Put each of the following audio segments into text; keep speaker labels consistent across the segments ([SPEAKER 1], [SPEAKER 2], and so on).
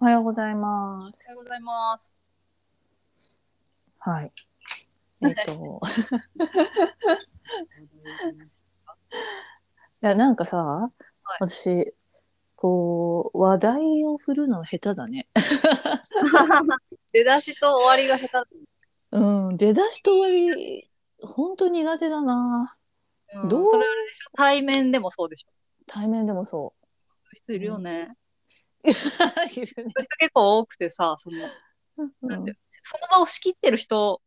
[SPEAKER 1] おはようございま
[SPEAKER 2] お
[SPEAKER 1] す。
[SPEAKER 2] はようござい ます。
[SPEAKER 1] はい。えっ、と、いや、なんかさ、私、こう、話題を振るの下手だね。
[SPEAKER 2] 出だしと終わりが下手だ
[SPEAKER 1] うん、出だしと終わり、本当苦手だな。
[SPEAKER 2] ね、
[SPEAKER 1] どう
[SPEAKER 2] それあれでしょ対面でもそうでしょ。
[SPEAKER 1] 対面でもそ
[SPEAKER 2] そういう人いるよね。
[SPEAKER 1] う。いるね
[SPEAKER 2] そういう人結構多くてさ、そのなんていうその場を仕切ってる人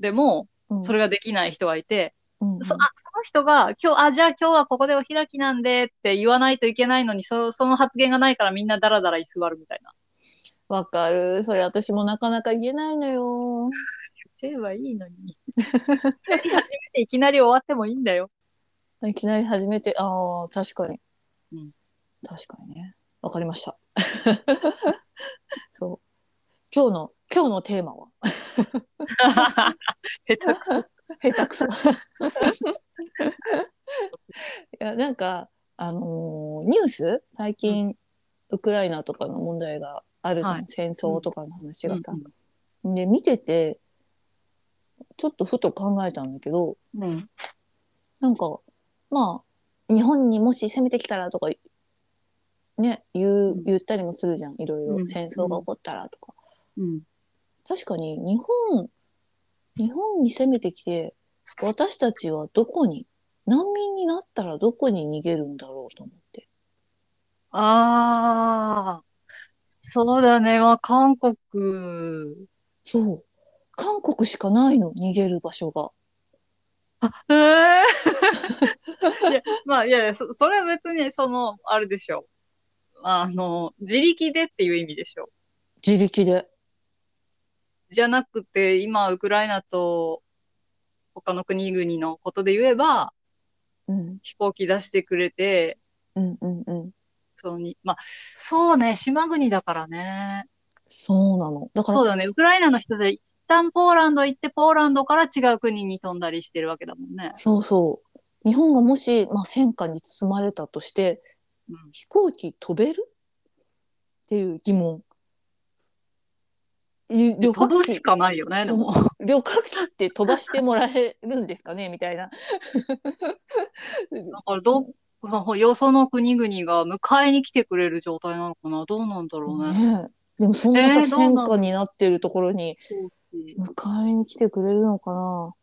[SPEAKER 2] でも、
[SPEAKER 1] うん
[SPEAKER 2] それができない人がいて、
[SPEAKER 1] うんうん
[SPEAKER 2] そあその人が、今日、あ、じゃあ今日はここでお開きなんでって言わないといけないのに、そその発言がないからみんなダラダラ居座るみたいな。
[SPEAKER 1] わかる。それ私もなかなか言えないのよ。
[SPEAKER 2] 言っちゃえばいいのに。 初めていきなり終わってもいいん だよ。
[SPEAKER 1] いきなり始めて、ああ、確かに。
[SPEAKER 2] うん
[SPEAKER 1] 確かにね。わかりました。 そう。今日の、今日のテーマは
[SPEAKER 2] 下手く
[SPEAKER 1] 下手く そ。いや、なんか、あのーニュース最近、ウクライナとかの問題があるの、
[SPEAKER 2] はい
[SPEAKER 1] 戦争とかの話がさ
[SPEAKER 2] うん。
[SPEAKER 1] で、見てて、ちょっとふと考えたんだけど、
[SPEAKER 2] うん。
[SPEAKER 1] なんか、まあ、日本にもし攻めてきたらとか、ね、言う
[SPEAKER 2] うん
[SPEAKER 1] 言ったりもするじゃん。いろいうろ
[SPEAKER 2] ん
[SPEAKER 1] 戦争が起こったらとか。
[SPEAKER 2] うん。
[SPEAKER 1] 確かに、日本、日本に攻めてきて、私たちはどこに、難民になったらどこに逃げるんだろうと思って。
[SPEAKER 2] ああ、そうだね。まあ、韓国、
[SPEAKER 1] そう。韓国しかないの、逃げる場所が。
[SPEAKER 2] ええ いや、まあ、いやいや、そ、それは別に、その、あれでしょ。あの、自力でっていう意味でしょ。
[SPEAKER 1] 自力で。
[SPEAKER 2] じゃなくて、今、ウクライナと他の国々のことで言えば、
[SPEAKER 1] うん、
[SPEAKER 2] 飛行機出してくれて、
[SPEAKER 1] うん、うん、うん。
[SPEAKER 2] そのに、まあ、そうね、島国だからね。
[SPEAKER 1] そうなの。だか
[SPEAKER 2] そう
[SPEAKER 1] ら、
[SPEAKER 2] だね、ウクライナの人で一旦ポーランド行って、ポーランドから違う国に飛んだりしてるわけだもんね。
[SPEAKER 1] そうそう。日本がもし、まあ、戦火に包まれたとして、
[SPEAKER 2] うん
[SPEAKER 1] 飛行機飛べるっていう疑問。い旅
[SPEAKER 2] 飛
[SPEAKER 1] 客
[SPEAKER 2] ぶ
[SPEAKER 1] 機
[SPEAKER 2] しかないよね、でも。
[SPEAKER 1] 旅客機って飛ばしてもらえるんですかねみたいな。
[SPEAKER 2] だからど、まあ、 よその国々が迎えに来てくれる状態なのかなどうなんだろうね。
[SPEAKER 1] ねえでもそんなさ、
[SPEAKER 2] えーどうな
[SPEAKER 1] 戦
[SPEAKER 2] の
[SPEAKER 1] 火になってるところに迎えに来てくれるのかな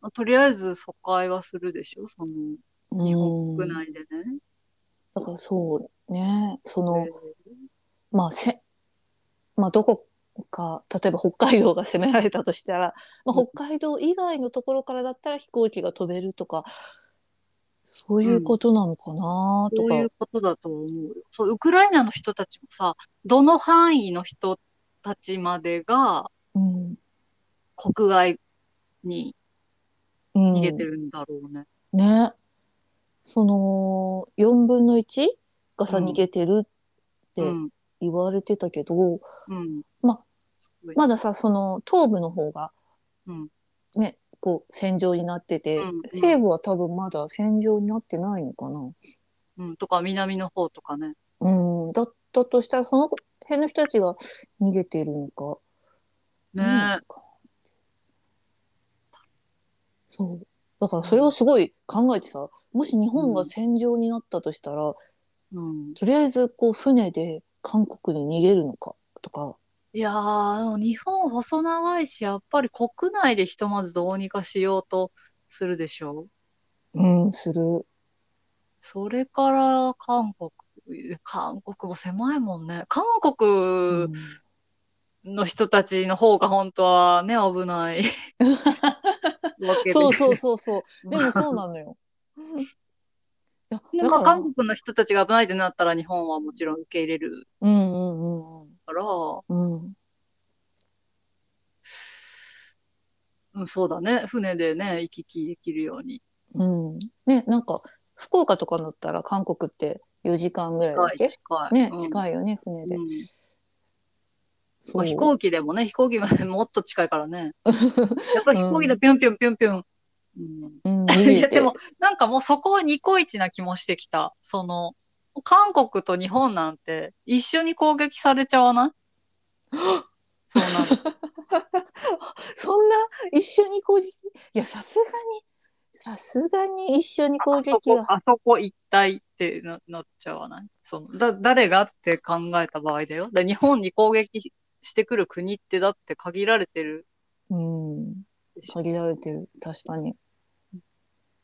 [SPEAKER 2] まあとりあえず疎開はするでしょその、日本国
[SPEAKER 1] うん
[SPEAKER 2] 内でね。
[SPEAKER 1] だからそうねその、
[SPEAKER 2] え
[SPEAKER 1] まあせまあどこか例えば北海道が攻められたとしたら、まあ、
[SPEAKER 2] うん
[SPEAKER 1] 北海道以外のところからだったら飛行機が飛べるとかそういうことなのかな
[SPEAKER 2] ー
[SPEAKER 1] と
[SPEAKER 2] そう
[SPEAKER 1] か、
[SPEAKER 2] いうことだと思うよ。そう、ウクライナの人たちもさ、どの範囲の人たちまでが
[SPEAKER 1] うん
[SPEAKER 2] 国外に
[SPEAKER 1] うん
[SPEAKER 2] 逃げてるんだろうね。
[SPEAKER 1] ねその4分の1がさ
[SPEAKER 2] うん
[SPEAKER 1] 逃げてるって
[SPEAKER 2] うん。
[SPEAKER 1] 言われてたけど、
[SPEAKER 2] うん。
[SPEAKER 1] ま、
[SPEAKER 2] うん
[SPEAKER 1] まださその東部の方が
[SPEAKER 2] うん
[SPEAKER 1] ねこう戦場になってて、
[SPEAKER 2] うんうん
[SPEAKER 1] 西部は多分まだ戦場になってないのかな。
[SPEAKER 2] うん。とか、南の方とかね。
[SPEAKER 1] うん、だったとしたら、その辺の人たちが逃げているのか。ど
[SPEAKER 2] ねえ
[SPEAKER 1] うなのかそう。だからそれをすごい考えてさ、もし日本が戦場になったとしたら、
[SPEAKER 2] うん。
[SPEAKER 1] とりあえずこう船で韓国に逃げるのかとか、
[SPEAKER 2] いやー、でも日本細長いし、やっぱり国内でひとまずどうにかしようとするでしょう。
[SPEAKER 1] うん、する。
[SPEAKER 2] それから韓国、韓国も狭いもんね。韓国
[SPEAKER 1] うん
[SPEAKER 2] の人たちの方が本当はね、危ない わけで。
[SPEAKER 1] そうそうそう そう。で
[SPEAKER 2] で
[SPEAKER 1] も
[SPEAKER 2] も、
[SPEAKER 1] そうなの よ。いや
[SPEAKER 2] で
[SPEAKER 1] だ
[SPEAKER 2] まあ、
[SPEAKER 1] から
[SPEAKER 2] 韓国の人たちが危ないってなったら日本はもちろん受け入れる
[SPEAKER 1] うんうん
[SPEAKER 2] から、う
[SPEAKER 1] うんうん。
[SPEAKER 2] ん、そうだね。船でね、行き来できるように。
[SPEAKER 1] うん。ね、なんか、福岡とかだったら韓国って4時間ぐらいだっ
[SPEAKER 2] 近
[SPEAKER 1] け
[SPEAKER 2] い、近い。
[SPEAKER 1] ね、
[SPEAKER 2] うん
[SPEAKER 1] 近いよね、船で。
[SPEAKER 2] うん
[SPEAKER 1] そう
[SPEAKER 2] まあ、飛行機でもね、飛行機までもっと近いか らね。やっぱり飛行機でぴょんぴょんぴょんぴょん。うん
[SPEAKER 1] うん、 見
[SPEAKER 2] いや
[SPEAKER 1] れて
[SPEAKER 2] でも、なんかもうそこはニコイチな気もしてきた。その、韓国と日本なんて一緒に攻撃されちゃ わないそうなの。
[SPEAKER 1] そんな一緒に攻撃いやさすがにさすがに一緒に攻
[SPEAKER 2] あそ
[SPEAKER 1] 撃
[SPEAKER 2] こ
[SPEAKER 1] が、
[SPEAKER 2] あそこ一体ってななっちゃわないそのだ、誰がって考えた場合だよ。で日本に攻撃ししてくる国ってだって限られてる
[SPEAKER 1] うん、
[SPEAKER 2] でしょ。
[SPEAKER 1] 限られてる確かに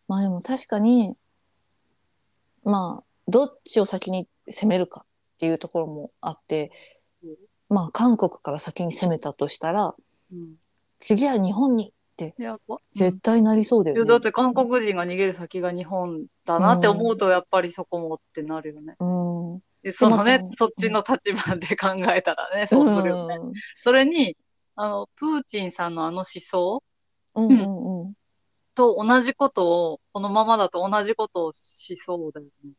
[SPEAKER 1] まあでも確かにまあどっちを先に攻めるかっていうところもあって
[SPEAKER 2] うん
[SPEAKER 1] まあ韓国から先に攻めたとしたら
[SPEAKER 2] うん、
[SPEAKER 1] 次は日本に
[SPEAKER 2] やっぱ
[SPEAKER 1] 絶対なりそうだよね、
[SPEAKER 2] うんだって韓国人が逃げる先が日本だなって思うとやっぱりそこもってなるよね。
[SPEAKER 1] うん、うん
[SPEAKER 2] でそのね
[SPEAKER 1] でも、
[SPEAKER 2] そっちの立場で考えたらね、そうするよね。それに、あの、プーチンさんのあの思想
[SPEAKER 1] うんうんうん
[SPEAKER 2] と同じことを、このままだと同じことをしそうだよね。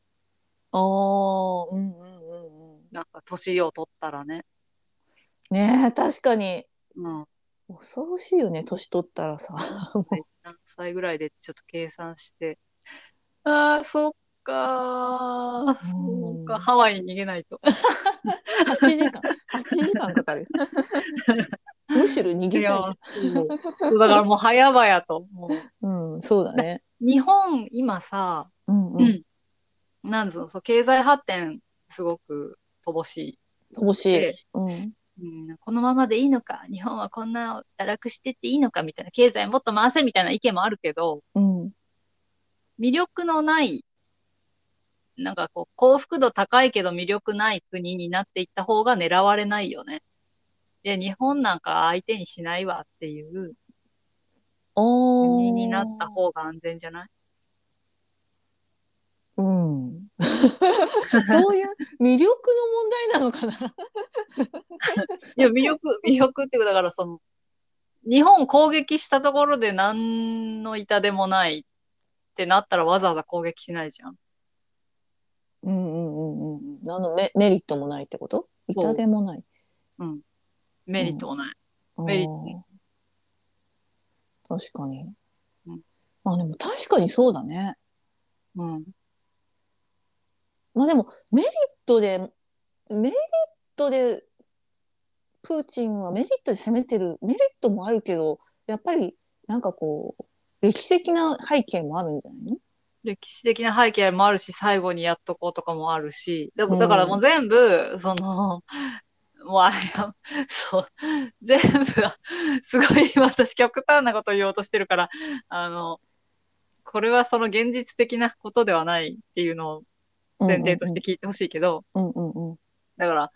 [SPEAKER 1] ああうんうんうんうん
[SPEAKER 2] なんか、年を取ったらね。
[SPEAKER 1] ねえ確かに
[SPEAKER 2] うん。
[SPEAKER 1] 恐ろしいよね年取ったらさもう
[SPEAKER 2] 何歳ぐらいでちょっと計算して。ああ、そっかー。そう
[SPEAKER 1] う
[SPEAKER 2] か。
[SPEAKER 1] ん
[SPEAKER 2] ハワイに逃げないと。
[SPEAKER 1] 8時間8時間かか るむしろ逃げ
[SPEAKER 2] い
[SPEAKER 1] たい
[SPEAKER 2] や
[SPEAKER 1] よ、
[SPEAKER 2] そうだからもう早々と。もう
[SPEAKER 1] うんそうだね
[SPEAKER 2] 日本、今さ、
[SPEAKER 1] うんう
[SPEAKER 2] うんんなんぞ、そう経済発展、すごく乏し
[SPEAKER 1] 乏し
[SPEAKER 2] い。
[SPEAKER 1] い
[SPEAKER 2] で
[SPEAKER 1] うん
[SPEAKER 2] うん、このままでいいのか、日本はこんな堕落してっていいのかみたいな、経済もっと回せみたいな意見もあるけど、
[SPEAKER 1] うん
[SPEAKER 2] 魅力のない、なんかこう、幸福度高いけど魅力ない国になっていった方が狙われないよね。いや、日本なんか相手にしないわっていう
[SPEAKER 1] お
[SPEAKER 2] 国になった方が安全じゃない
[SPEAKER 1] うん そういう魅力の問題なのかない
[SPEAKER 2] や、魅力、魅力っていうか、だからその、日本攻撃したところで何の痛でもないってなったらわざわざ攻撃しないじゃん。
[SPEAKER 1] うんうんうんうんあのメメリットもないってこと
[SPEAKER 2] そう
[SPEAKER 1] 痛でもない
[SPEAKER 2] メリットもない。メリット
[SPEAKER 1] あー確かに
[SPEAKER 2] うん
[SPEAKER 1] あでも確かにそうだね
[SPEAKER 2] うん。
[SPEAKER 1] まあでもメリットでメリットでプーチンはメリットで攻めてるメリットもあるけどやっぱりなんかこう歴史的な背景もあるんじゃないの
[SPEAKER 2] 歴史的な背景もあるし、最後にやっとこうとかもあるし、だ
[SPEAKER 1] うん
[SPEAKER 2] だからもう全部、その、もうあれや、そう、全部、すごい今私極端なこと言おうとしてるから、あの、これはその現実的なことではないっていうのを前提として聞いてほしいけど、
[SPEAKER 1] うんうんうん。
[SPEAKER 2] だから、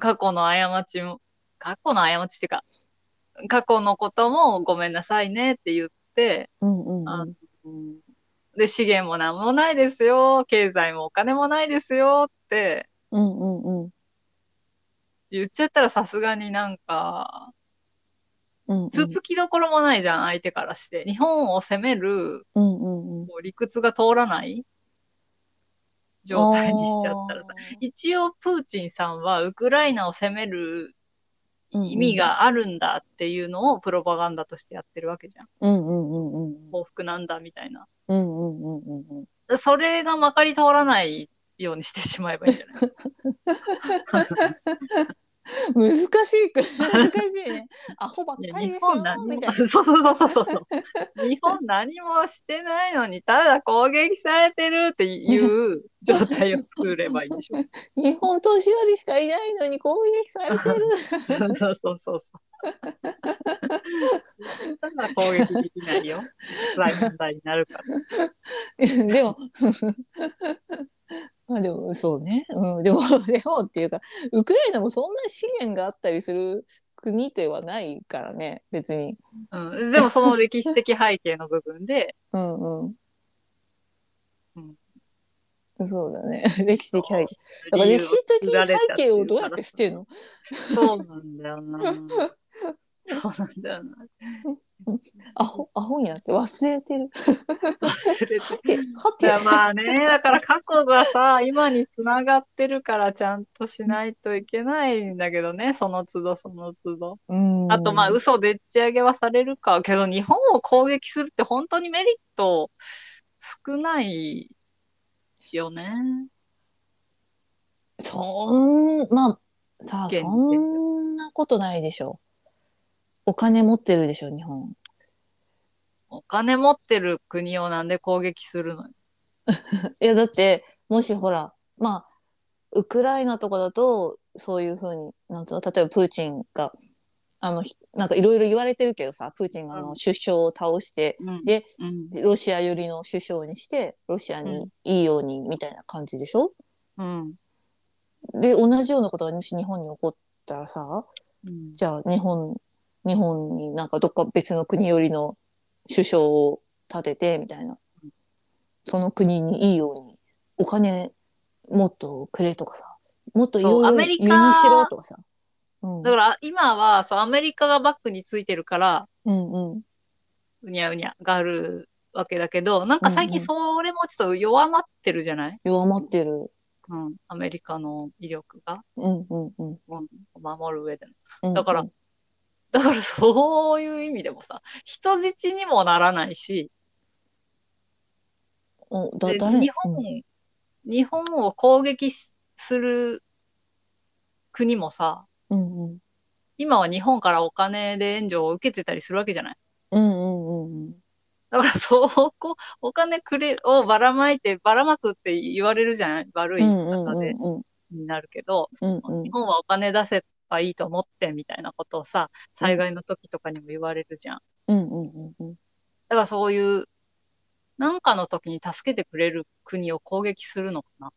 [SPEAKER 2] 過去の過ちも、過去の過ちっていうか、過去のこともごめんなさいねって言って、
[SPEAKER 1] うんうんうん
[SPEAKER 2] あで、資源もなんもないですよ、経済もお金もないですよって
[SPEAKER 1] うんうんうん
[SPEAKER 2] 言っちゃったらさすがになんか、
[SPEAKER 1] うんうん
[SPEAKER 2] 続きどころもないじゃん、相手からして。日本を攻める
[SPEAKER 1] うんうんうん
[SPEAKER 2] もう理屈が通らない状態にしちゃったらさ。一応、プーチンさんはウクライナを攻める意味があるんだっていうのをプロパガンダとしてやってるわけじゃん。
[SPEAKER 1] あーうんうんうんうん
[SPEAKER 2] 報復なんだみたいな。
[SPEAKER 1] うんうんうんうんうん
[SPEAKER 2] それがまかり通らないようにしてしまえばいいんじゃない
[SPEAKER 1] 難しいく難しいねアホばっ
[SPEAKER 2] いや
[SPEAKER 1] かりで
[SPEAKER 2] 日
[SPEAKER 1] すよ
[SPEAKER 2] 本何
[SPEAKER 1] み
[SPEAKER 2] も
[SPEAKER 1] たいな
[SPEAKER 2] そうそうそうそうそう。日本何もしてないのに、ただ攻撃されてるっていう状態を作ればいいでしょ。
[SPEAKER 1] 日本年寄りしかいないのに攻撃されてる
[SPEAKER 2] そうそうそうそう。だから攻撃できないよ。大問題になるから。
[SPEAKER 1] でもまあでもそうね、うん、でも でもっていうかウクライナもそんな資源があったりする国ではないからね別に。
[SPEAKER 2] うん、でもその歴史的背景の部分で、
[SPEAKER 1] うんうん
[SPEAKER 2] うん
[SPEAKER 1] そうだね 歴史的背景だから
[SPEAKER 2] 理由
[SPEAKER 1] 歴
[SPEAKER 2] を
[SPEAKER 1] 史的
[SPEAKER 2] 作られ
[SPEAKER 1] 背
[SPEAKER 2] たってい
[SPEAKER 1] 景をどうやって捨てるの
[SPEAKER 2] そうなんだよな。そうなんだよな。
[SPEAKER 1] アホアホになって忘れてる。
[SPEAKER 2] 忘れて
[SPEAKER 1] はては
[SPEAKER 2] じ
[SPEAKER 1] て
[SPEAKER 2] ゃあまあね、だから過去がさ、今につながってるからちゃんとしないといけないんだけどね、その都度その都度。あとまあ
[SPEAKER 1] うん
[SPEAKER 2] 嘘でっち上げはされるか、けど日本を攻撃するって本当にメリット少ないよね。
[SPEAKER 1] そん、まあ、さあ、
[SPEAKER 2] 現時点で
[SPEAKER 1] そんなことないでしょお金持ってるでしょ、日本。
[SPEAKER 2] お金持ってる国をなんで攻撃するのよ
[SPEAKER 1] いや、だって、もしほら、まあ、ウクライナとかだと、そういうふうに、なんと、例えばプーチンが、あの、ひなんかいろいろ言われてるけどさ、プーチンがあ
[SPEAKER 2] う
[SPEAKER 1] の首相を倒して、
[SPEAKER 2] うん
[SPEAKER 1] で
[SPEAKER 2] うん
[SPEAKER 1] でロシア寄りの首相にして、ロシアにいいように、みたいな感じでしょ、
[SPEAKER 2] うん
[SPEAKER 1] で、同じようなことがもし日本に起こったらさ、
[SPEAKER 2] うん
[SPEAKER 1] じゃあ日本、日本になんかどっか別の国寄りの首相を立ててみたいな。その国にいいようにお金もっとくれとかさ、もっといろい
[SPEAKER 2] そうア
[SPEAKER 1] ろ
[SPEAKER 2] メリ
[SPEAKER 1] 輸
[SPEAKER 2] カ
[SPEAKER 1] 入しろとかさ。うん、
[SPEAKER 2] だから今はそうアメリカがバックについてるから
[SPEAKER 1] うんうん。
[SPEAKER 2] うにゃうにゃがあるわけだけどなんか最
[SPEAKER 1] う
[SPEAKER 2] 近
[SPEAKER 1] んうん
[SPEAKER 2] それもちょっと弱まってるじゃない、
[SPEAKER 1] 弱まってる。
[SPEAKER 2] うんアメリカの威力が
[SPEAKER 1] うんうんうん
[SPEAKER 2] うん守る上での
[SPEAKER 1] うん。
[SPEAKER 2] だから、だからそういう意味でもさ人質にもならないし
[SPEAKER 1] おだ
[SPEAKER 2] で
[SPEAKER 1] 誰
[SPEAKER 2] 日本、
[SPEAKER 1] うん
[SPEAKER 2] 日本を攻撃しする国もさ
[SPEAKER 1] うんうん
[SPEAKER 2] 今は日本からお金で援助を受けてたりするわけじゃない
[SPEAKER 1] うんうんうんうん。
[SPEAKER 2] だからそこお金くれをばらまいてばらまくって言われるじゃない悪い
[SPEAKER 1] うんう
[SPEAKER 2] 言い
[SPEAKER 1] ん
[SPEAKER 2] 方
[SPEAKER 1] うん
[SPEAKER 2] で
[SPEAKER 1] うん
[SPEAKER 2] になるけど、
[SPEAKER 1] うんうん
[SPEAKER 2] 日本はお金出せばいいと思ってみたいなことをさ災害の時とかにも言われるじゃん。
[SPEAKER 1] うんうんうん。
[SPEAKER 2] だからそういう、なんかの時に助けてくれる国を攻撃するのかな。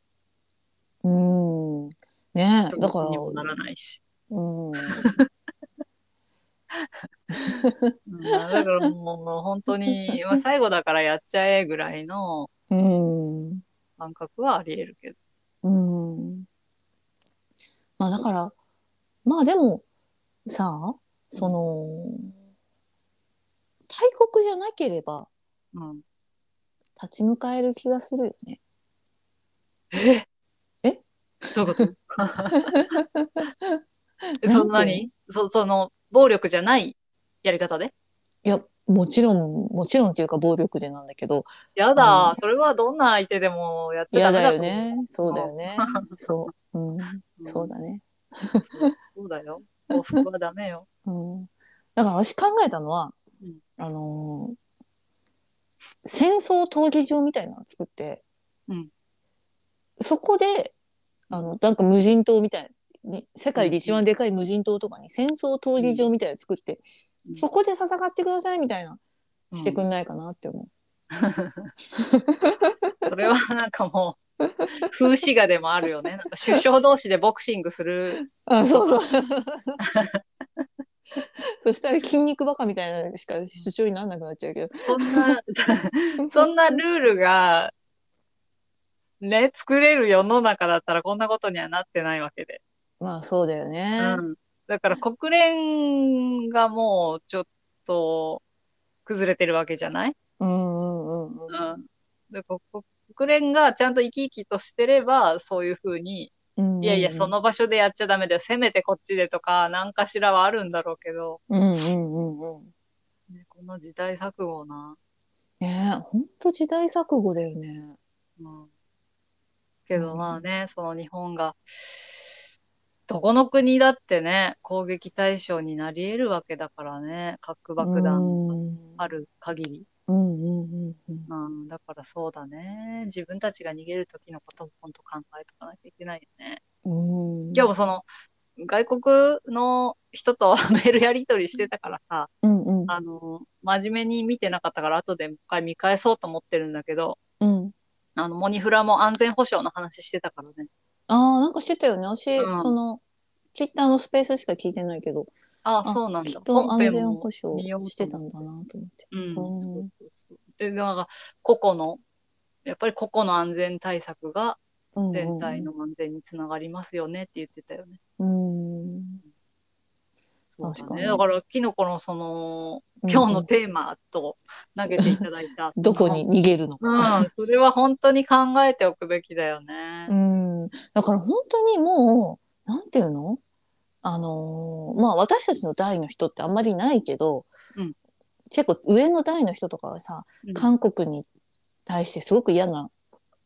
[SPEAKER 1] うん。ね
[SPEAKER 2] 人
[SPEAKER 1] え、だか
[SPEAKER 2] 質にもな
[SPEAKER 1] ら、
[SPEAKER 2] らないし。
[SPEAKER 1] うん。
[SPEAKER 2] うんだからもう本 当に、まあ、最後だからやっちゃえぐらいの
[SPEAKER 1] うん。
[SPEAKER 2] 感覚はあり得るけど。
[SPEAKER 1] うん。まあだから、まあでも、さあ、その、大国じゃなければ
[SPEAKER 2] うん、
[SPEAKER 1] 立ち向かえる気がするよね。
[SPEAKER 2] え
[SPEAKER 1] え
[SPEAKER 2] どういうこと えそんなにそその暴力じゃないやり方で
[SPEAKER 1] いや、もちろん、もちろんというか暴力でなんだけど、
[SPEAKER 2] やだ、
[SPEAKER 1] うん
[SPEAKER 2] それはどんな相手でもやっちゃ
[SPEAKER 1] 嫌
[SPEAKER 2] ダメ
[SPEAKER 1] だ
[SPEAKER 2] だ
[SPEAKER 1] よ
[SPEAKER 2] と思う
[SPEAKER 1] ね。そうだよね。そう。うん、
[SPEAKER 2] うん
[SPEAKER 1] そうだね。
[SPEAKER 2] そうそうだよ。報復はダメよ。
[SPEAKER 1] うん。だから私考えたのは
[SPEAKER 2] うん、
[SPEAKER 1] あのー戦争闘技場みたいなのを作って、
[SPEAKER 2] うん
[SPEAKER 1] そこで、あの、なんか無人島みたいに、世界で一番でかい無人島とかに戦争闘技場みたいなの作って、
[SPEAKER 2] うん
[SPEAKER 1] そこで戦ってくださいみたいな、してくんないかなって思う。
[SPEAKER 2] それはなんかもう、風刺画でもあるよね。なんか首相同士でボクシングする。
[SPEAKER 1] あ、そう そう。そしたら筋肉バカみたいなのしか主張にならなくなっちゃうけど。
[SPEAKER 2] そんな、 そんなルールが、ね、作れる世の中だったらこんなことにはなってないわけで。
[SPEAKER 1] まあそうだよ
[SPEAKER 2] う
[SPEAKER 1] ね。
[SPEAKER 2] ん。だから国連がもうちょっと崩れてるわけじゃない
[SPEAKER 1] うんうんうんうん。
[SPEAKER 2] うん。だからこ国連がちゃんと生き生きとしてれば、そういうふうに、
[SPEAKER 1] うんうん
[SPEAKER 2] いやいや、そ。の場所でやっちゃダメだよ。せめてこっちでとか、なんかしらはあるんだろうけど。
[SPEAKER 1] うんうんうんうん。
[SPEAKER 2] ね、この時代錯誤な。
[SPEAKER 1] ねえ、ほんと時代錯誤だよね。
[SPEAKER 2] うん、け
[SPEAKER 1] う
[SPEAKER 2] ど
[SPEAKER 1] ん
[SPEAKER 2] まあね、その日本が、どこの国だってね、攻撃対象になり得るわけだからね、核爆弾
[SPEAKER 1] うん
[SPEAKER 2] ある限り。
[SPEAKER 1] うんうんうんうん。
[SPEAKER 2] うん、だからそうだね。自分たちが逃げる時のことも本当考えとかなきゃいけないよね。
[SPEAKER 1] うん
[SPEAKER 2] 今日もその、外国の人と メールやり取りしてたからさ、
[SPEAKER 1] うんうん
[SPEAKER 2] あの、真面目に見てなかったから後でもう一回見返そうと思ってるんだけど、
[SPEAKER 1] うん。
[SPEAKER 2] あの、モニフラも安全保障の話してたからね。
[SPEAKER 1] ああ、なんかしてたよね。私、
[SPEAKER 2] うん
[SPEAKER 1] その、ツイッターのスペースしか聞いてないけど、
[SPEAKER 2] あ
[SPEAKER 1] あ
[SPEAKER 2] あ、そうなんだ。
[SPEAKER 1] きっと安全
[SPEAKER 2] も
[SPEAKER 1] 保障
[SPEAKER 2] 見ようと
[SPEAKER 1] してたんだなと思って。
[SPEAKER 2] うん。
[SPEAKER 1] うん
[SPEAKER 2] そうそうそうで、なんか、個々の、やっぱり個々の安全対策が
[SPEAKER 1] うんうん
[SPEAKER 2] 全体の安全につながりますよねって言ってたよね。
[SPEAKER 1] うん。うん。
[SPEAKER 2] そう
[SPEAKER 1] 確
[SPEAKER 2] だ
[SPEAKER 1] かに
[SPEAKER 2] ね。だから、キノコのその、今日のテーマと投げていただいた。
[SPEAKER 1] どこに逃げるのか。
[SPEAKER 2] うん、それは本当に考えておくべきだよね
[SPEAKER 1] う。ん。だから本当にもう、なんていうのあのーまあ私たちの代の人ってあんまりないけど、
[SPEAKER 2] うん
[SPEAKER 1] 結構上の代の人とかはさ、
[SPEAKER 2] うん
[SPEAKER 1] 韓国に対してすごく嫌な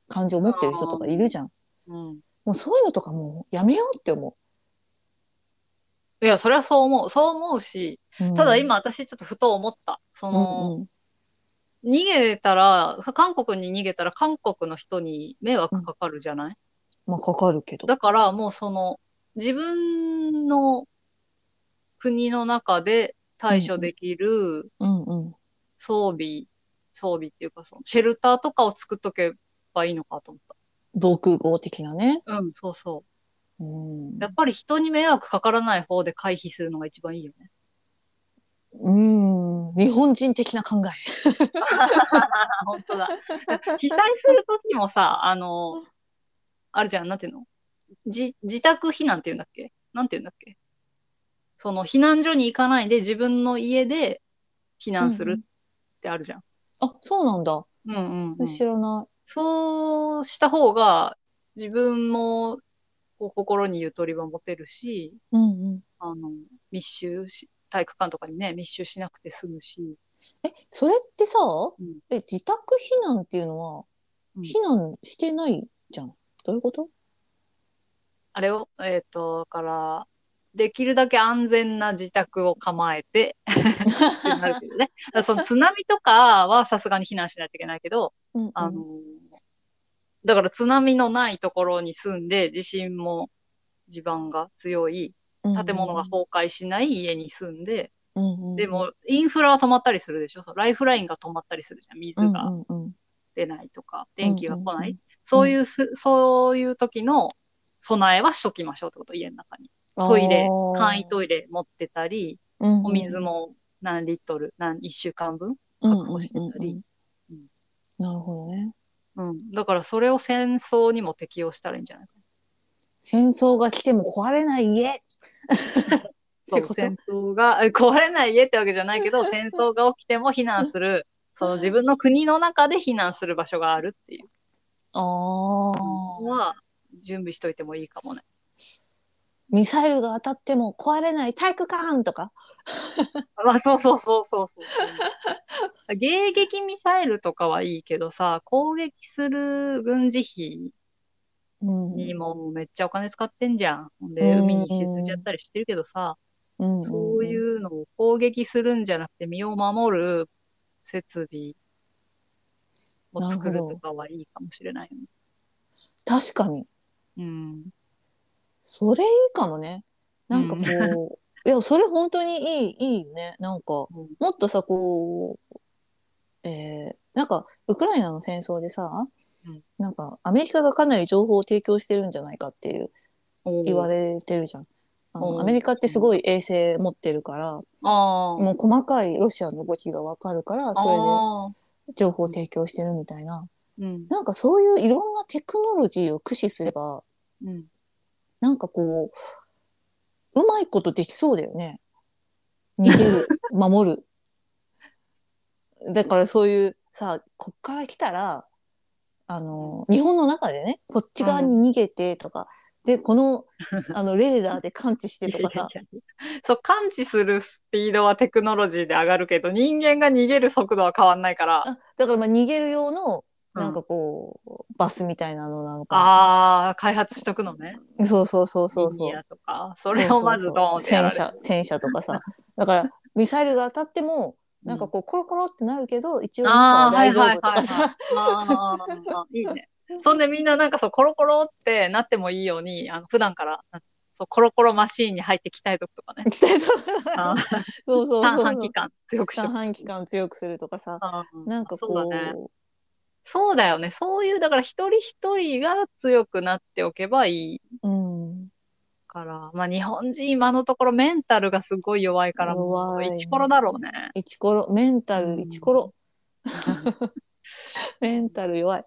[SPEAKER 1] 感情を持ってる人とかいるじゃん。
[SPEAKER 2] うん。
[SPEAKER 1] もうそういうのとかもうやめようって思
[SPEAKER 2] いや、それはそう思う。そう思うし、
[SPEAKER 1] う。うん
[SPEAKER 2] ただ、今私ちょっとふと思った。そ
[SPEAKER 1] うん
[SPEAKER 2] の、
[SPEAKER 1] うん
[SPEAKER 2] 逃げたら、韓国に逃げたら韓国の人に迷惑かかるじゃない、
[SPEAKER 1] まあかかるけど。
[SPEAKER 2] だからもうその、自分の国の中で対処できる
[SPEAKER 1] うんうん。
[SPEAKER 2] 装備、装備っていうかその、シェルターとかを作っとけばいいのかと思っ
[SPEAKER 1] 防空壕的なね。
[SPEAKER 2] た。うん、そうそう。
[SPEAKER 1] うん
[SPEAKER 2] やっぱり人に迷惑かからない方で回避するのが一番いいよね。
[SPEAKER 1] うん。日本人的な考
[SPEAKER 2] あ、 本当だ。被災する時もさ、あの、あるじゃん、なんていうのじ自宅避難っていうんだっけなんていうんだっけその避難所に行かないで自分の家で避難するってあるじゃん。
[SPEAKER 1] え。あ、そうなんだ。
[SPEAKER 2] うんうんうん
[SPEAKER 1] 知らな
[SPEAKER 2] そうした方が自分もこう心にゆとりは持てるし、
[SPEAKER 1] い。うんうん。
[SPEAKER 2] あの、密集し、体育館とかにね、密集しなくて済むし。
[SPEAKER 1] え、それってさ、
[SPEAKER 2] ん
[SPEAKER 1] え、自宅避難っていうのは、
[SPEAKER 2] うん
[SPEAKER 1] 避難してないじゃん。どういうこと
[SPEAKER 2] あれを、えっ、と、だから、できるだけ安全な自宅を構えて、ってなるけどね。 だからその津波とかはさすがに避難しないといけないけど、
[SPEAKER 1] うんうん
[SPEAKER 2] あの、だから津波のないところに住んで、地震も地盤が強い、建物が崩壊しない家に住んで、
[SPEAKER 1] うんうんうん
[SPEAKER 2] で、もインフラは止まったりするでしょそのライフラインが止まったりするじゃん。
[SPEAKER 1] う
[SPEAKER 2] 水
[SPEAKER 1] ん
[SPEAKER 2] が
[SPEAKER 1] うんうん
[SPEAKER 2] 出ないとか、電気が
[SPEAKER 1] うん
[SPEAKER 2] 来
[SPEAKER 1] うん
[SPEAKER 2] な
[SPEAKER 1] う
[SPEAKER 2] い
[SPEAKER 1] ん。
[SPEAKER 2] そういうす、そういう時の備えはしときましょうってこと、家の中に。トイレ、簡易トイレ持ってたり、お水も何リットル、何、一週間分。確保してたり。
[SPEAKER 1] うんうんうんうんなるほどね。
[SPEAKER 2] うん。だからそれを戦争にも適用したらいいんじゃないか
[SPEAKER 1] 戦争が来ても壊れない家。
[SPEAKER 2] な。
[SPEAKER 1] ってこと
[SPEAKER 2] そう戦争が、え 壊れない家ってわけじゃない けど、戦争が起きても避難する、その自分の国の中で避難する場所があるっていう
[SPEAKER 1] あ
[SPEAKER 2] の
[SPEAKER 1] あ。
[SPEAKER 2] は、準備しといてもいいかもね。
[SPEAKER 1] ミサイルが当たっても壊れない体育館とか。
[SPEAKER 2] まあ、そうそうそうそうそう そう。迎撃ミサイルとかはいいけどさ、攻撃する軍事費
[SPEAKER 1] うん
[SPEAKER 2] にもめっちゃお金使ってんじゃん。ほんで、
[SPEAKER 1] うん
[SPEAKER 2] 海に沈んじゃったりしてるけどさ、そう
[SPEAKER 1] う
[SPEAKER 2] いうのを攻撃するんじゃなくて身を守る設備を作るとかはいいかもしれないよね。
[SPEAKER 1] 確かに。
[SPEAKER 2] うん。
[SPEAKER 1] それいいかもね。なんかこ う、いや、それ本当にいい、いいよね。なんか、
[SPEAKER 2] うん
[SPEAKER 1] もっとさ、こう、えー、なんか、ウクライナの戦争でさ、
[SPEAKER 2] うん
[SPEAKER 1] なんか、アメリカがかなり情報を提供してるんじゃないかっていう、
[SPEAKER 2] おー
[SPEAKER 1] 言われてるじゃん。あの
[SPEAKER 2] うん
[SPEAKER 1] アメリカってすごい衛星持ってるから、
[SPEAKER 2] あー
[SPEAKER 1] もう細かいロシアの動きがわかるから、そ
[SPEAKER 2] あー。
[SPEAKER 1] れで情報を提供してるみたいな。
[SPEAKER 2] うん。
[SPEAKER 1] なんかそういういろんなテクノロジーを駆使すれば、
[SPEAKER 2] うん。
[SPEAKER 1] なんかこう、うまいことできそうだよね。逃げる、守る。だからそういう、さ、こっから来たら、あの、日本の中でね、こっち側に逃げてとか、で、こ の、あの、レーダーで感知してとかさ、
[SPEAKER 2] そう、感知するスピードはテクノロジーで上がるけど、人間が逃げる速度は変わんないから。
[SPEAKER 1] あだからまあ逃げる用の、
[SPEAKER 2] うん
[SPEAKER 1] なんかこう、バスみたいなのなのか。
[SPEAKER 2] ああ、開発しとくのね。
[SPEAKER 1] そうそうそうそう
[SPEAKER 2] リ
[SPEAKER 1] そう
[SPEAKER 2] ニ。アとか。それをまずドーンってやら
[SPEAKER 1] 戦
[SPEAKER 2] れる
[SPEAKER 1] 車、戦車とかさ。だから、ミサイルが当たっても、なんかこう、コロコロってなるけど、一応、
[SPEAKER 2] ああ、は
[SPEAKER 1] 大
[SPEAKER 2] い
[SPEAKER 1] 丈夫
[SPEAKER 2] はい
[SPEAKER 1] と
[SPEAKER 2] はい、は
[SPEAKER 1] か
[SPEAKER 2] い
[SPEAKER 1] さ。。
[SPEAKER 2] ああ、いいね。そんでみんななんかそう、コロコロってなってもいいように、あの普段から、なんつうのそう、コロコロマシーンに入って鍛えとくと かね。
[SPEAKER 1] 期待と
[SPEAKER 2] あー
[SPEAKER 1] そうそうそう。
[SPEAKER 2] 三半規管強くしと
[SPEAKER 1] 三
[SPEAKER 2] く。
[SPEAKER 1] 半期間強くするとかさ。
[SPEAKER 2] あー
[SPEAKER 1] なんかこ
[SPEAKER 2] そうだね。
[SPEAKER 1] う、
[SPEAKER 2] そうだよね。そういう、だから一人一人が強くなっておけばいい
[SPEAKER 1] うん。
[SPEAKER 2] から。まあ日本人今のところメンタルがすごい弱いから、も
[SPEAKER 1] 弱
[SPEAKER 2] う
[SPEAKER 1] い
[SPEAKER 2] 一コロだろうね。
[SPEAKER 1] 一コロ、メンタ
[SPEAKER 2] う
[SPEAKER 1] ル
[SPEAKER 2] ん
[SPEAKER 1] 一コロ、メンタル弱い。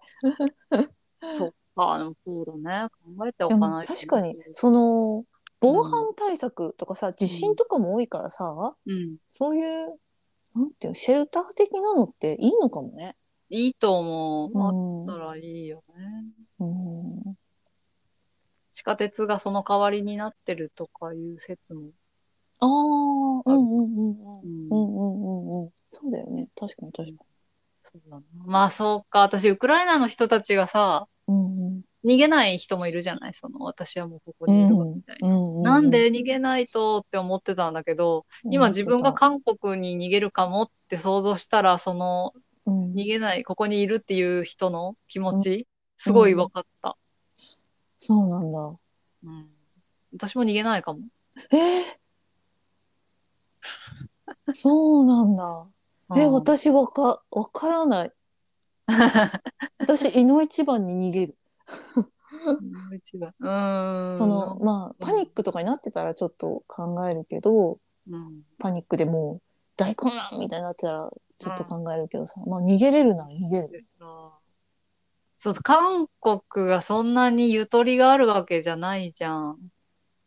[SPEAKER 2] そうか、でもそうだね。考えてお
[SPEAKER 1] で
[SPEAKER 2] か
[SPEAKER 1] も
[SPEAKER 2] ないと
[SPEAKER 1] 確かに、その、防犯対策とかさ、地震とかも多いからさ、
[SPEAKER 2] うん。
[SPEAKER 1] そういう、なんていうの、シェルター的なのっていいのかもね。
[SPEAKER 2] いいと思う。
[SPEAKER 1] うん
[SPEAKER 2] あったらいいよね。
[SPEAKER 1] うん
[SPEAKER 2] 地下鉄がその代わりになってるとかいう説も。
[SPEAKER 1] ああ、うんうんうんうん。
[SPEAKER 2] うん
[SPEAKER 1] うんうんうんうん。そうだよね。確かに確かに。
[SPEAKER 2] そうだなまあそうか。私、ウクライナの人たちがさ、
[SPEAKER 1] うんうん。
[SPEAKER 2] 逃げない人もいるじゃないその私はもうここ
[SPEAKER 1] う
[SPEAKER 2] にいる
[SPEAKER 1] ん
[SPEAKER 2] みたいな。
[SPEAKER 1] うんうん
[SPEAKER 2] なんで逃げないとって思ってたんだけど、今自分が韓国に逃げるかもって想像したら、その
[SPEAKER 1] うん
[SPEAKER 2] 逃げない、ここにいるっていう人の気持ち、すごい分かった。
[SPEAKER 1] そうなんだ。
[SPEAKER 2] うん。私も逃げないかも。
[SPEAKER 1] えーそうなんだ。え、
[SPEAKER 2] うん
[SPEAKER 1] 私わか、わから ない。私、いの一番に逃げる。
[SPEAKER 2] 一番。うーん。
[SPEAKER 1] その、まあ、パニックとかになってたらちょっと考えるけど、
[SPEAKER 2] うん、
[SPEAKER 1] パニックでもう大混乱みたいになってたらちょっと考えるけどさ、まあ逃げれるなら逃げる。
[SPEAKER 2] そう、韓国がそんなにゆとりがあるわけじゃないじゃん。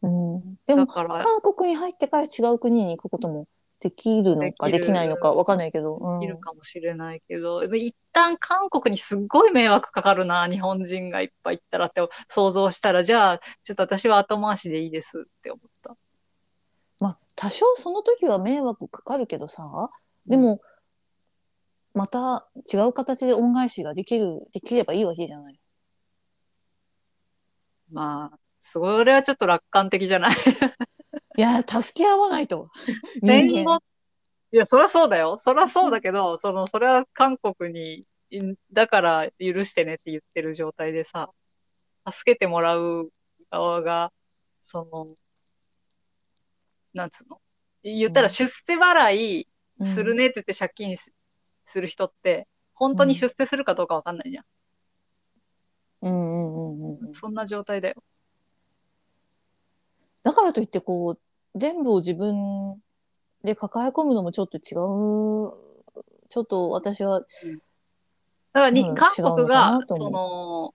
[SPEAKER 1] うん、で
[SPEAKER 2] だ
[SPEAKER 1] も、
[SPEAKER 2] から、
[SPEAKER 1] 韓国に入ってから違う国に行くこともできるのか
[SPEAKER 2] でき
[SPEAKER 1] で
[SPEAKER 2] る
[SPEAKER 1] きないのかわかんないけど、うん
[SPEAKER 2] いるかもしれないけど、一旦韓国にすっごい迷惑かかるな、日本人がいっぱい行ったらって想像したら、じゃあ、ちょっと私は後回しでいいですって思った。
[SPEAKER 1] まあ多少その時は迷惑かかるけどさ、でも、また違う形で恩返しができる、できればいいわけじゃない。
[SPEAKER 2] まあ、それはちょっと楽観的じゃない。
[SPEAKER 1] いや、助け合わない と。
[SPEAKER 2] 戦後いや、そりゃそうだよ。そりゃそうだけど、その、それは韓国に、んだから許してねって言ってる状態でさ、助けてもらう側が、その、なんつうの言った
[SPEAKER 1] う
[SPEAKER 2] ら
[SPEAKER 1] ん
[SPEAKER 2] 出世払い
[SPEAKER 1] うん
[SPEAKER 2] する。ねって言って借金す,、る人って、本当に出世するかどうかわかんないじゃん。
[SPEAKER 1] うんうんうんうん。
[SPEAKER 2] そんな状態だよ。
[SPEAKER 1] だからといってこう全部を自分で抱え込むのもちょっと違うちょっと私は
[SPEAKER 2] だからに、
[SPEAKER 1] うん
[SPEAKER 2] 韓
[SPEAKER 1] 違うの
[SPEAKER 2] 国
[SPEAKER 1] か
[SPEAKER 2] が
[SPEAKER 1] な、と思
[SPEAKER 2] そうの、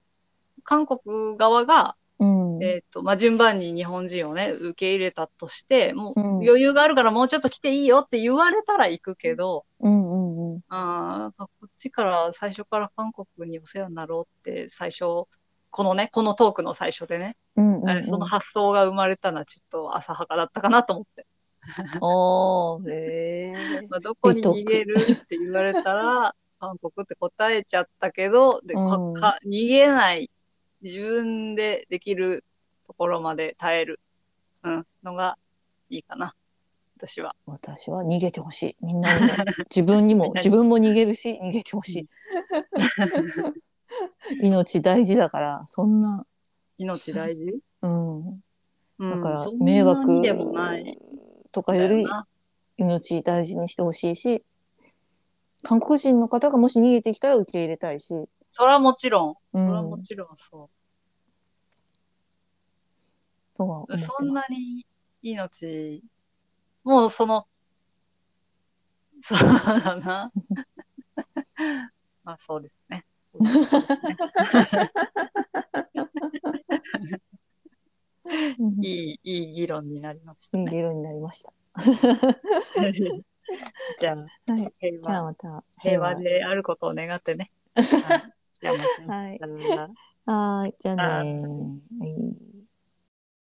[SPEAKER 2] 韓国側が、
[SPEAKER 1] うん、
[SPEAKER 2] えっ、と、まあ、順番に日本人をね、受け入れたとして、もう
[SPEAKER 1] うん
[SPEAKER 2] 余裕があるからもうちょっと来ていいよって言われたら行くけど、
[SPEAKER 1] うんうんうん
[SPEAKER 2] あーなんかこっちから最初から韓国にお世話になろうって最初、このね、このトークの最初でね、
[SPEAKER 1] うんうんうん
[SPEAKER 2] あれその発想が生まれたのはちょっと浅はかだったかなと思って。
[SPEAKER 1] あーへえ
[SPEAKER 2] まあ、どこに逃げるって言われたら、 韓国って答えちゃったけど、で、か
[SPEAKER 1] うん
[SPEAKER 2] か逃げない、自分でできるところまで耐える、うん、のがいいかな、私は。
[SPEAKER 1] 私は逃げてほしいみんなにも自分に も自分も逃げるし逃げてほしい命大事だからそんな
[SPEAKER 2] 命 大事、
[SPEAKER 1] うん
[SPEAKER 2] う
[SPEAKER 1] だ
[SPEAKER 2] ん、
[SPEAKER 1] から
[SPEAKER 2] そんなに
[SPEAKER 1] 迷惑
[SPEAKER 2] でもない。
[SPEAKER 1] とか
[SPEAKER 2] だ
[SPEAKER 1] より
[SPEAKER 2] よな
[SPEAKER 1] 命大事にしてほしいし韓国人の方がもし逃げてきたら受け入れたいし、
[SPEAKER 2] それはもちろん、
[SPEAKER 1] う
[SPEAKER 2] そ
[SPEAKER 1] ん
[SPEAKER 2] れはもちろんそ
[SPEAKER 1] とは思っ
[SPEAKER 2] う。
[SPEAKER 1] てます
[SPEAKER 2] そんなに命、もうその、 そうだな。 まあそうですね。
[SPEAKER 1] うん
[SPEAKER 2] いい、いい議論になりました
[SPEAKER 1] いい
[SPEAKER 2] ね。
[SPEAKER 1] 議論になりました。
[SPEAKER 2] じゃあ、
[SPEAKER 1] はい、じ
[SPEAKER 2] 平
[SPEAKER 1] ゃあ
[SPEAKER 2] 和、
[SPEAKER 1] また
[SPEAKER 2] 平和であることを願 ってね。はいじゃあまた
[SPEAKER 1] はい、
[SPEAKER 2] さよな
[SPEAKER 1] はーい、じゃ
[SPEAKER 2] ら
[SPEAKER 1] あねー。はい